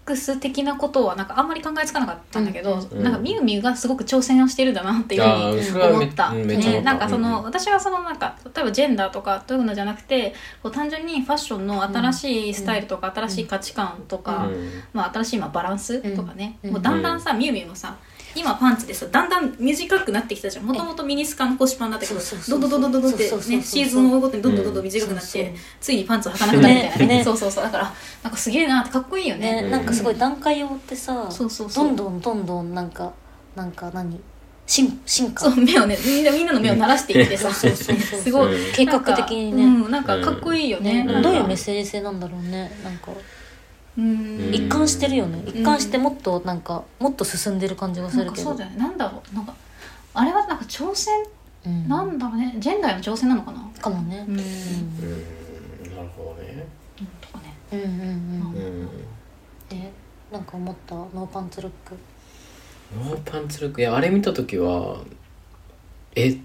S3: クス的なことはなんかあんまり考えつかなかったんだけど、
S2: うん
S3: なんかみゆみゆがすごく挑戦をしてるんだなっていうふうに
S2: あーそれはめ
S3: 思った、
S2: うんめっちゃ思
S3: ね、
S2: った
S3: なんかその、
S2: うん
S3: 私はそのなんか例えばジェンダーとかというのじゃなくてこう単純にファッションの新しいスタイルとか、新しい価値観とか、
S2: うん
S3: まあ、新しいまあバランスとかね、
S1: うん
S3: もうだんだんさみゆみゆもさ今パンツでさだんだん短くなってきたじゃんもともとミニスカの腰パンだったけど
S1: そうそうそ
S3: ど
S1: うん
S3: どんどんどんどんどんって
S1: そうそうそうそう
S3: ねシーズンを追うごとにどんどんどんどん短くなって、ついにパンツを履かなくなるみたいな [LAUGHS] ね
S1: ねね
S3: そうそうそうだからなんかすげえなってかっこいいよね
S1: ね、なんかすごい段階を追ってさ、
S3: そうそうそう
S1: どんどんどんどんなんかなんか何進進化
S3: そう目をねみんなみんなの目を慣らしていってさ
S1: そうそうそう
S3: すごい
S1: 計画的にね
S3: なんか,、うん、なんかかっこいいよ
S1: ね
S3: ね,、なんか
S1: どういうメッセージ性なんだろうねなんか
S3: うん
S1: 一貫してるよね
S2: うん
S1: 一貫してもっとなんかもっと進んでる感じがす
S3: なん
S1: る
S3: か
S1: け
S3: そ
S1: ど
S3: うだよねなんだろうなんかあれはなんか挑戦
S1: うん
S3: なんだろうねジェンダーへの挑戦なのかな
S1: かもね
S3: うん
S1: うん
S2: うんなるほどね
S3: とかね
S1: うんうんうん
S2: うん
S1: でなんか思ったノーパンツルック
S2: ノーパンツルックいやあれ見た時はえ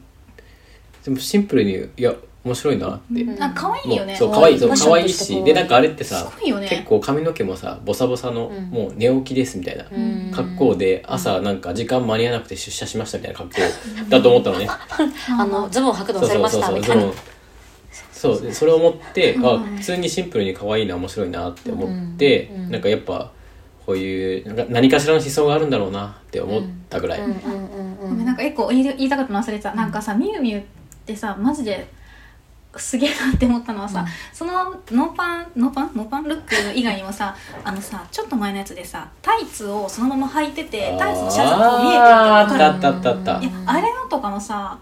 S2: でもシンプルにいや面白いなって、
S1: うん
S3: あ可愛いよ
S2: も
S3: ね
S2: うそう
S1: 可
S2: 可
S1: 愛
S2: 愛
S1: い
S2: いそう
S1: ファッション
S2: 可愛い
S1: として可
S2: し
S1: 愛い
S2: でなんかあれってさ
S3: すごいよね
S2: 結構髪の毛もさボサボサの、
S1: うん
S2: もう寝起きですみたいな
S3: うん
S2: 格好で朝なんか時間間に合わなくて出社しましたみたいな格好だと思ったのね
S1: あのズボン履くの忘れましたみたいな
S2: そうそうそうそうでそれを思って
S3: うん
S2: あ普通にシンプルに可愛いな面白いなって思って、
S1: うんうん
S2: なんかやっぱこういうなんか何かしらの思想があるんだろうなって思ったぐらい、
S1: うんうんうんう
S3: ごめんなんか一個言い言いたかったの忘れてた、なんかさみゆみゆってさマジですげえなって思ったのはさ、
S1: うん
S3: そのノーパンノーパンノーパンルック以外にもさあのさちょっと前のやつでさタイツをそのまま履いててタイツのシャツがこう見えてる
S2: あー
S3: み
S2: あ
S3: たいな
S2: ったあったあったあっ
S3: いやあれのとかもさ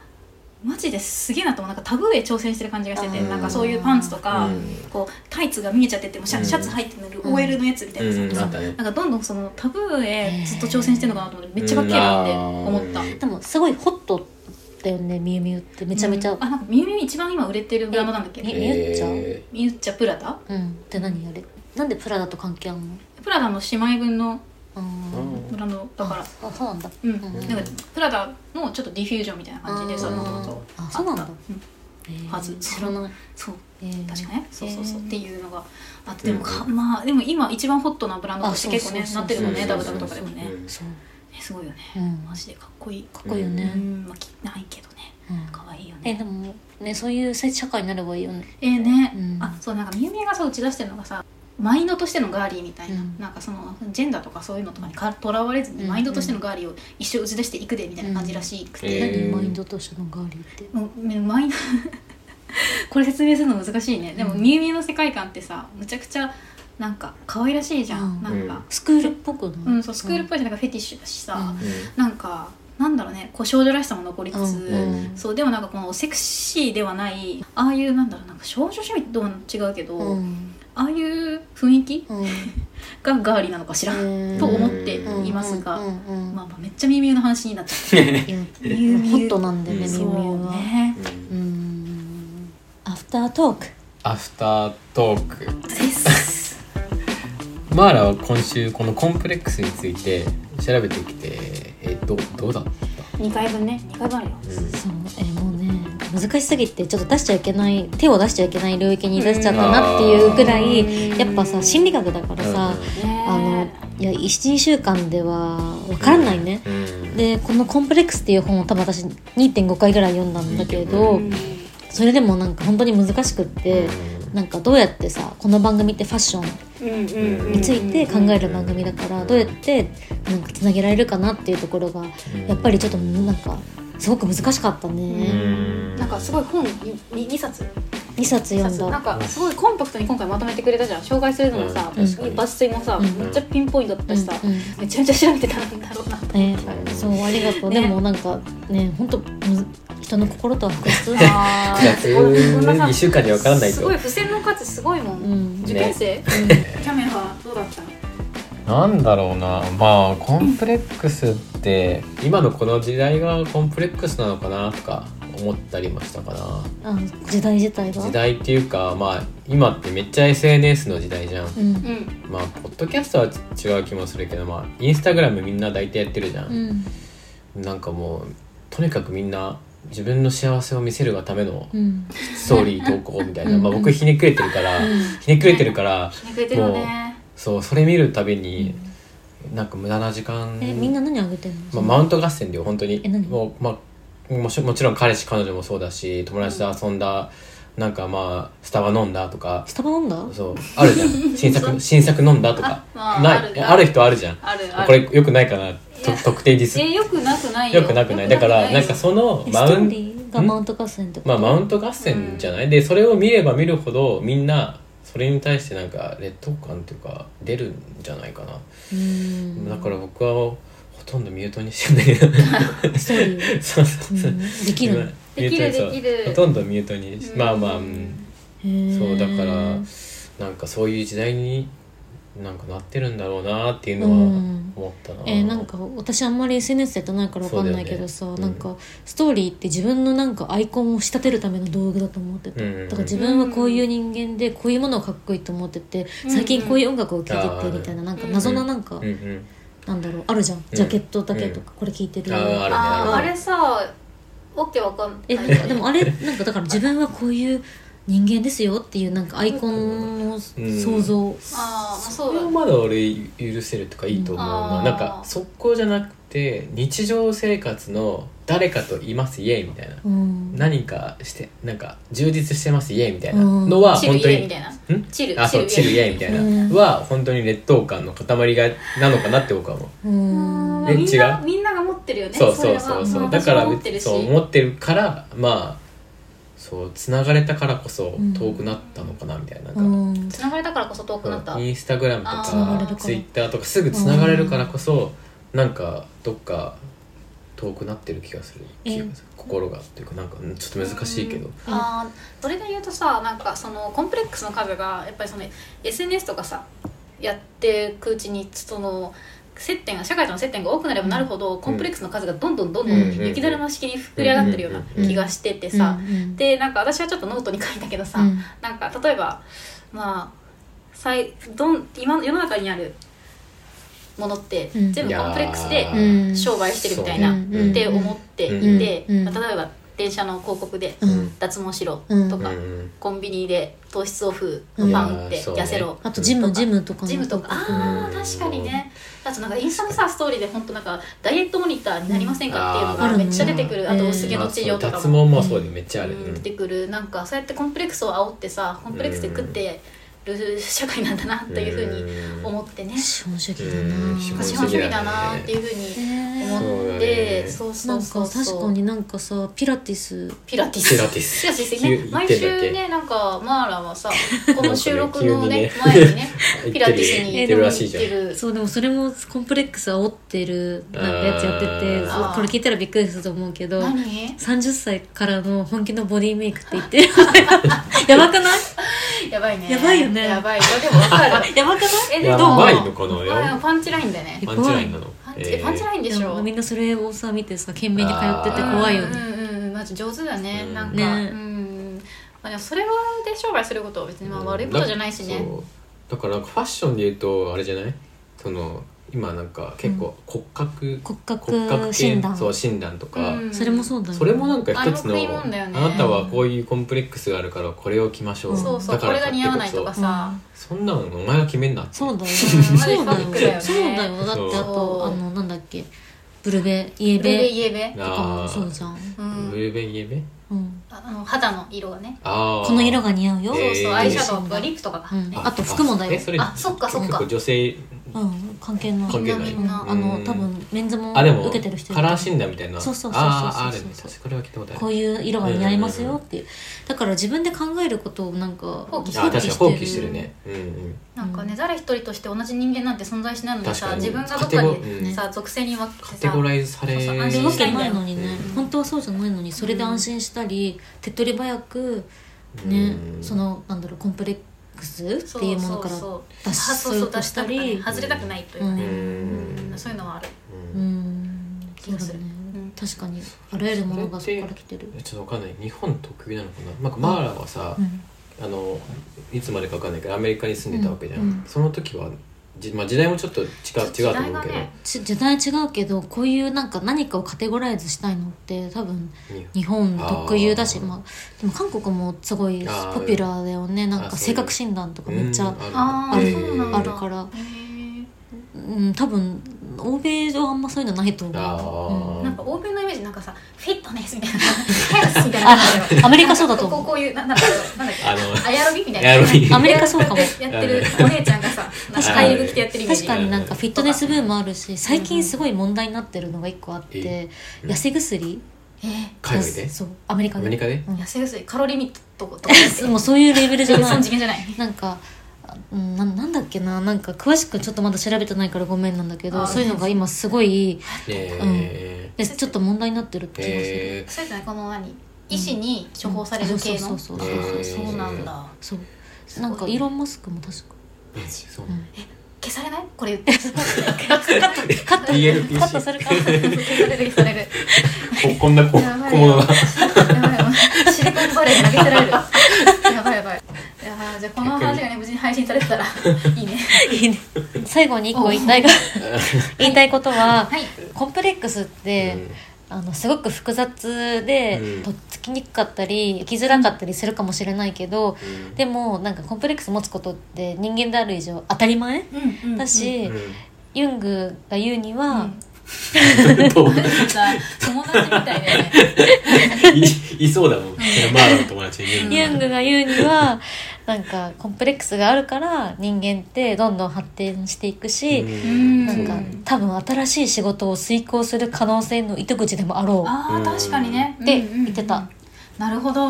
S3: マジですげえなと思うなんかタグへ挑戦してる感じがしてて、
S1: うん
S3: なんかそういうパンツと
S2: た
S3: か、
S2: うん
S3: こうタイツが見えちゃっててもシャ,、
S2: うん
S3: シャツ入ってる OL のやつみたいなさ、
S2: うんあったね
S3: なんかどんどんそのタブへずっと挑戦してるのかなと思ってめっちゃかっけえなって思った、
S2: うんあー
S1: でもすごいホットだよねみゆみゆってめちゃめちゃ、
S3: うんあなんかみゆみゆ一番今売れてるブランドなんだっけ
S1: ええ見えちゃう
S2: え
S3: みゆっちゃプラダ
S1: うんで何あれなんでプラダと関係あんの
S3: プラダの姉妹分の
S1: う
S2: ー
S1: ん
S2: う
S3: ブランドだから
S1: あそうなんだ
S3: うん、
S1: ん
S3: なんかプラダのちょっとディフュージョンみたいな感じで
S1: あー
S3: そうもともと
S1: あそうなんだ
S3: はず
S1: えー知らない、
S3: そう
S1: えー
S3: 確かねそうそうそう、
S1: えー
S3: っていうのがあってでもか、まあでも今一番ホットなブランドとして
S1: あ
S3: 結構ね
S1: そう
S3: な
S1: そうそう
S3: ってるもんね
S2: うん
S3: ダブダブとかでもね、
S2: うん
S1: そう、
S3: えすごいよね
S1: うん、
S3: マジでかっこいいか
S1: かっこいいよ
S3: う
S1: ね、
S3: んまあ着ないけどね
S1: うん
S3: かわいいよね
S1: えでもねそういう社会になればいいよね
S3: えーね、
S1: うん
S3: あそうなんかみゆみゆがさ打ち出してるのがさマインドとしてのガーリーみたいな、
S1: うん
S3: なんかそのジェンダーとかそういうのとかにかとらわれずに、
S1: うん
S3: マインドとしてのガーリーを一生打ち出していくでみたいな感じらしく
S2: え
S3: て、
S1: 何
S2: ー
S1: マインドとしてのガーリーって
S3: もうねマインド [LAUGHS] これ説明するの難しいねでも
S1: うん
S3: みゆみゆの世界観ってさむちゃくちゃなんか可愛らしいじゃん、
S1: うん
S3: なんか、
S1: スクールっぽくな
S3: う
S1: い
S3: んそうスクールっぽいじゃんなんかフェティッシュだしさ、
S1: うん
S3: なんかなんだろうねこう少女らしさも残りつつ、
S1: うん
S2: うん
S3: そうでもなんかこのセクシーではないああいうなんだろうなんか少女趣味とは違うけど、
S1: うん
S3: ああいう雰囲気
S1: うん
S3: がガーリーなのかしらん
S1: うん
S3: と思って
S2: うん
S3: いますが、
S1: うんうんうん
S3: まあ、まあめっちゃ耳の話になっちゃっ
S1: いや
S3: ミュウミュウ
S1: ホットなんだよね
S2: う
S3: た
S2: ん
S1: ミュウ
S3: そ
S1: ミュウ
S3: う
S1: は、
S3: ね
S1: うんアフタートーク
S2: アフタートークマーラは今週このコンプレックスについて調べてきてえどどうだった
S3: 2回分ね2回分あるよ
S1: そうえーもうね難しすぎてちょっと出しちゃいけない手を出しちゃいけない領域に出しちゃったなっていうぐら
S3: うん
S1: いやっぱさ心理学だからさ、あのいや12週間では分からないね、
S2: うん
S1: でこの「コンプレックス」っていう本を多分私2.5回ぐらい読んだんだけど、
S2: うん
S1: それでもなんか本当に難しくって、なんかどうやってさこの番組ってファッションに
S2: に
S1: ついて考える番組だから、
S2: うん
S1: どうやってなんかつなげられるかなっていうところがやっぱりちょっとなんかすごく難しかった
S2: う
S1: ね、
S2: ん
S5: なんかすごい本に2冊
S1: 2冊
S5: 二
S1: 読ん
S5: 冊なん
S1: だ
S5: かすごいコンパクトに今回まとめてくれたじゃん紹介するのもさ、
S1: うん
S5: 確かに抜粋もさ、
S1: うん
S5: めっちゃピンポイントだったしさ、
S1: うんうん
S5: めちゃめちゃ調べてたんだろう
S2: [LAUGHS]
S5: な
S1: ね、そうありがとう、
S5: ね
S1: でもなんかね本当人の心とは複雑
S5: [LAUGHS]
S1: だ
S5: あ
S2: じゃあそういう2週間で分からない
S5: す
S2: と
S5: ごい付箋の価値すごいもん、
S1: うん
S5: 受験生、キャメはどうだった
S2: なんだろうなまあコンプレックスって今のこの時代がコンプレックスなのかなとか思ったりましたかな
S1: あ時代自体が
S2: 時代っていうかまあ今ってめっちゃ SNS の時代じゃん
S1: うん
S5: ん
S2: まあポッドキャストは違う気もするけどまあインスタグラムみんな大体やってるじゃん
S1: う、ん
S2: なんかもうとにかくみんな自分の幸せを見せるがための
S1: うん
S2: ストーリー投稿みたいな、
S1: うん
S2: まあ、僕ひねくれてるからひねくれてるから
S5: ひねくれてるよね
S2: そうそれ見るたびになんか無駄な時間
S1: えみんな何あげてる
S2: ま
S1: の、
S2: あ、マウント合戦だよ本当に
S1: え何
S2: もう、まあ、もしもちろん彼氏彼女もそうだし友達と遊んだ、なんかまあスタバ飲んだとか
S1: スタバ飲んだ
S2: そうある
S5: [LAUGHS]
S2: じゃん新作新作飲んだとか
S5: あまあ
S2: ない
S5: あ
S2: あ
S5: る
S2: る人あるじゃん
S5: あるある
S2: これよくないかなと特定ディス
S5: えよくなくないよ
S2: よくなくないだからなんかその
S1: え
S2: マ
S1: スト
S2: ウ
S1: ー
S2: ン
S1: リーがマウント合戦ってこと
S2: まあマウント合戦じゃない、でそれを見れば見るほどみんなそれに対してなんか劣等感というか出るんじゃないかな、
S1: うん
S2: だから僕はほとんどミュートにしてない
S1: ストーリー
S2: [LAUGHS] そうそうそう
S1: うんできるの
S5: できるできる
S2: ほとんどミュートにし
S5: うん
S2: まあまあ、うん
S1: へー
S2: そうだからなんかそういう時代になんかなってるんだろうなっていうのは
S1: うん
S2: 思ったな、
S1: えーなんか私あんまり SNS やってないからわかんないけどさ、
S2: そうだよ
S1: なん
S2: ね
S1: かストーリーって自分のなんかアイコンを仕立てるための道具だと思ってて、
S2: うんうん
S1: だから自分はこういう人間でこういうものをかっこいいと思ってて、
S5: うん
S1: 最近こういう音楽を聴いて
S2: あ
S1: て
S2: ー
S1: みたいななんか謎ななんか、
S2: うんうん
S1: なんだろうあるじゃんジャケットだけとか、これ聴いてる
S2: あーあるね
S5: あーあ
S2: る
S5: れさわけわかんない
S1: えなんかでもあれなんかだから自分はこういう人間ですよっていうなんかアイコンの想像、
S5: あーまあ
S2: そ
S5: そう
S2: れは
S5: だ
S2: まだ俺許せるとかいいと思うな、
S5: うん
S2: なんか速攻じゃなくて日常生活の誰かといますイエイみたいな、
S1: うん
S2: 何かしてなんか充実してますイエイみたいなのは
S5: チル
S2: 本当
S5: 家
S2: に
S5: みたいな
S2: うん
S5: チル
S2: あそうチルイ
S5: 家
S2: エイみたいな、
S1: うん
S2: は本当に劣等感の塊がなのかなって僕は思う
S1: うん
S5: あーみんな
S2: 違う
S5: みんなが持ってるよね
S2: そうそうそう
S5: れ
S2: そ
S5: は
S2: うだから
S5: 私も持ってるし
S2: そう思ってるからまあそうつながれたからこそ
S1: ん
S2: 遠くなったのかなみたいな,、なんか
S1: うん
S5: つながれたからこそ遠くなった
S2: インスタグラムと
S5: あー繋がれる
S2: か
S1: から
S2: ツイッターとかすぐつながれるからこそなんかどっか遠くなってる気がする気がする心がっていうかなんかうんちょっと難しいけど
S5: あーそれで言うとさなんかそのコンプレックスの数がやっぱりその SNS とかさやっていくうちにその接点が社会との接点が多くなればなるほど、コンプレックスの数がどんどんどんどん
S2: うん
S5: 雪だるま式に膨れ上がってるような気がしててさ、
S1: うん
S5: でなんか私はちょっとノートに書いたけどさ、
S1: うん
S5: なんか例えばまあさいどん今世の中にあるものって
S1: うん
S5: 全部コンプレックスで
S2: いや
S1: うん
S5: 商売してるみたいな
S1: う
S5: っ
S1: んうん
S5: て思っていて、
S1: うんうん
S5: まあ例えば電車の広告で
S1: うん
S5: 脱毛しろ
S1: うん
S5: と
S2: うん
S5: か、
S2: うん
S5: コンビニで糖質オフのパン売って
S2: いやーそうね
S5: 痩せろ
S1: あとジムジムとかの
S5: ジムとかあー
S2: うん
S5: 確かにねあとなんかインスタのさストーリーで本当なんかダイエットモニターになりませんかっていうの
S2: あーあ
S5: が
S1: るね
S5: めっちゃ出てくるあと薄毛の治療と
S2: まあ
S5: か
S2: そう脱
S5: も
S2: 毛もそうでめっちゃある、
S5: うん
S2: うん
S5: 出てくるなんかそうやってコンプレックスを煽ってさコンプレックスで食ってる社会なんだなというふうに
S2: うん
S5: 思ってね
S1: 資本主義だ
S2: うん
S1: な
S2: 資
S5: 資
S2: 本
S5: 本主義だなっていうふうに
S1: えー
S5: 思っ
S2: う
S5: て
S2: ん
S5: そうそ
S1: な
S5: うんそ
S1: か
S5: うそう
S1: 確かになんかさピラティス
S5: ピラテ
S2: [LAUGHS]
S5: ィス
S2: ピラティス
S5: ピラティス
S2: 急
S5: ね
S2: に
S5: 毎
S2: 言ってんだっけ
S5: 週ねなんかマー
S2: [LAUGHS]
S5: ラはさこの収録のね
S2: なんかね急に
S5: 前
S2: ね [LAUGHS]
S5: にねピラティスに
S2: 行ってるらしいじゃん
S5: 行ってる
S1: そうでもそれもコンプレックス煽ってるなんかやつやってて
S2: あ
S5: ー
S1: そうこれ聞いたらびっくりすると思うけど
S5: 何
S1: 30歳からの本気のボディメイクって言ってるやばくない
S5: やばいね
S1: やばいよね
S5: やばいよでもわかる
S1: [LAUGHS] やばくない
S5: え
S2: や
S5: どう
S2: ばいのこの
S5: これはパンチラインだよね
S2: パンチラインなの
S5: パンチえパンチラインでしょ
S1: でもみんなそれをさ見てさ懸命に通ってて怖いよね
S5: うんうんうんまあ上手だね、
S2: うん
S5: なんか、
S1: ね
S5: うんまあ、でもそれはで商売することは別にまあ悪いことじゃないしね、
S2: そうだからファッションで言うとあれじゃないその今なんか結構骨格、
S1: 骨格
S2: 骨格系
S1: 診断
S2: そう診断とか、
S5: うん
S1: それもそうだよね
S2: それもなんか一つ
S5: あ
S2: の
S5: れも食い物だよね
S2: あなたはこういうコンプレックスがあるからこれを着ましょう、
S5: そうそう
S2: だ
S5: こ
S2: から
S5: れが似合わないとか
S2: 買ってこ
S5: さ、
S2: そそんなのお前が決めんなって
S1: そうだよ
S5: うん
S1: そうだ
S5: マジファックだよね
S1: よそうだよだってあと
S5: そう
S1: あのなんだっけブルベイエ
S5: ブルベ
S1: ベ
S5: イエベ
S1: とかもそうじゃん
S5: うん
S2: ウェベイエベ
S1: うん、
S5: ああの肌の色がね
S2: あー
S1: この色が似合うよ、
S5: そう
S2: え
S5: そう
S2: ー
S5: アイシャドウとかリップとかが、
S1: うん、あと服もだ
S2: え
S1: よ
S2: それ
S5: あそっかそっか
S2: 結構女性
S1: うん関係ない
S2: 関係ない
S1: うん、あ
S2: う
S1: の
S2: ん
S1: 多分メンズも
S2: あでも
S1: 受けてる人い
S2: カ
S1: ると思う
S2: ラー診断みたいな
S1: そうそうそうそうそう
S2: あーあるね確かこれは聞いたことある
S1: こういう色が似合いますよっていうだから自分で考えることをなんか
S5: 放棄して
S2: あー確かに放棄してるねうんうん
S5: なんかね、誰一人として同じ人間なんて存在しないのに
S2: 確
S5: さ
S2: かに
S5: 自分がどっかに
S2: うん
S5: さ、属性に分け
S2: カ
S5: て
S2: テ
S5: さ
S2: ゴライズされ
S5: そうそう安
S1: そうい
S5: 心
S1: うわ
S5: した
S1: け
S5: いんだ
S1: な
S5: よ
S1: いのにね、
S5: うん
S1: 本当はそうじゃないのにそれで安心したり、手っ取り早く
S2: うん
S1: ね、そのなんだろうコンプレックスっていうものから
S5: そう
S1: 脱
S5: そうそう
S1: し
S5: あそう
S1: よ
S5: そう
S1: うと
S5: 出し
S1: したた
S5: くな
S1: り
S5: い外れたくないというか
S2: う
S5: ね、
S2: ん
S5: うんそういうのはある
S2: う
S1: うんんそうだ
S5: 気がする
S1: ね、
S5: うん
S1: 確かにあらゆるものがそこから来てる
S2: ちょっとわかんない日本特有なのかななんかマーラはさ、
S1: うん
S2: あのいつまでかわかんないけどアメリカに住んでたわけじゃん、
S1: うんうん
S2: その時はじ、まあ、時代もちょっと違う違うと思うけど
S5: 時代が、ね
S1: ち時代違うけどこういうなんか何かをカテゴライズしたいのって多分日本特有だし
S2: あー
S1: まあ、でも韓国もすごい
S2: あー
S1: ポピュラーだよねなん
S2: あ
S1: か
S2: そう
S1: 性格診断とかめっちゃ
S5: あ
S1: ある
S5: ーそうなんだ
S1: あるから、
S5: へー
S1: うん、多分欧米上あんまそういうのないと
S2: あ
S1: 思う、
S2: ー
S1: うん
S5: なんか欧米のイメージなんかさフィットネスみた
S1: [LAUGHS]
S5: いなヘルスみたいな感じだよ
S1: あアメリカそうだと思う
S5: こうこういうななんだろうなんだっけ
S2: あの
S5: アヤロビみたいな
S2: エアロビ
S1: アメリカそうかも
S5: やってるお姉ちゃんがさなんかアイル着てやってるイメージ
S1: 確かになんかフィットネスブームあるし最近すごい問題になってるのが一個あっ
S2: え
S1: て痩せ薬
S5: え
S2: 海外で
S1: そうアメリカ
S2: ア
S1: で
S2: メリカで
S5: ー痩せやすいカロリーミットと
S1: [LAUGHS]
S5: かですよ
S1: もうそういうレベルじゃな
S5: そ
S1: い
S2: [LAUGHS]
S5: の次元じゃない
S1: なんかうんななんだっけななんか詳しくちょっとまだ調べてないからごめんなんだけ
S5: あ
S1: どそういうのが今すごい
S2: え
S1: でちょっと問題になってるっ
S2: ー、
S1: て気がする、
S2: え
S5: そうじゃないこの何医師に処方される系の、
S1: うんそうそうそうそう
S5: あーそうなんだ
S1: そうなんかイーロン・マスクも確
S2: [LAUGHS]
S1: か
S2: ー、えそう
S5: 消されないこれ言って
S1: カット
S2: PLPC
S1: カットするか
S5: 消される消される
S2: ここんな小
S5: やばい
S2: 小物が
S5: やばいやばいシリコンバレーに投げ捨て
S2: [LAUGHS]
S5: られるやばいやばいいやーじゃあこの話がね無事に配信され
S2: [LAUGHS]
S5: てたらいいね
S1: いいね最後に一個言い
S5: [LAUGHS]
S1: たいが言いたいことは、
S5: はい
S1: コンプレックスって、あのすごく複雑で、
S2: うん
S1: とっつきにくかったり生きづらかったりするかもしれないけど、
S2: うん
S1: でもなんかコンプレックス持つことって人間である以上当たり前
S5: うんうん
S1: だし、
S2: う
S1: ユングが言うには、
S2: んどう
S5: さ友達みたいだよね
S2: いいそうだもんマーラの友達に言うの
S1: ユングが言うにはなんかコンプレックスがあるから人間ってどんどん発展していくし、
S2: うん
S1: なんか
S5: うん
S1: 多分新しい仕事を遂行する可能性の糸口でもあろう
S5: あー確かにね
S1: って
S5: うんうんうん
S1: 言ってた
S5: なるほど、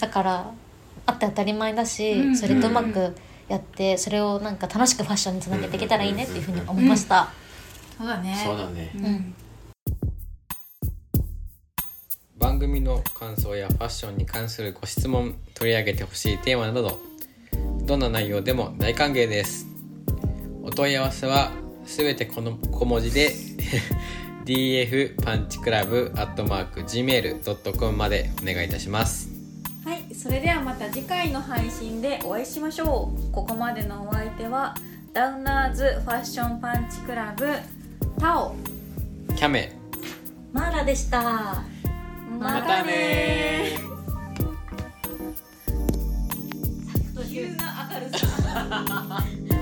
S1: だからあって当たり前だし、
S5: うん
S1: それとうまくやってそれをなんか楽しくファッションにつなげていけたらいいねっていうふうに思いました、
S5: そうだね
S2: そうだね
S5: うん
S2: 番組の感想やファッションに関するご質問取り上げてほしいテーマなどどんな内容でも大歓迎ですお問い合わせはすべてこの小文字で [LAUGHS] df パンチクラブアットマーク gmail.com までお願いいたします
S6: はい、それではまた次回の配信でお会いしましょう。ここまでのお相手はダウナーズファッションパンチクラブタオ
S2: キャメ
S1: マーラでした
S6: ま
S2: ねー
S6: 急な明るさ。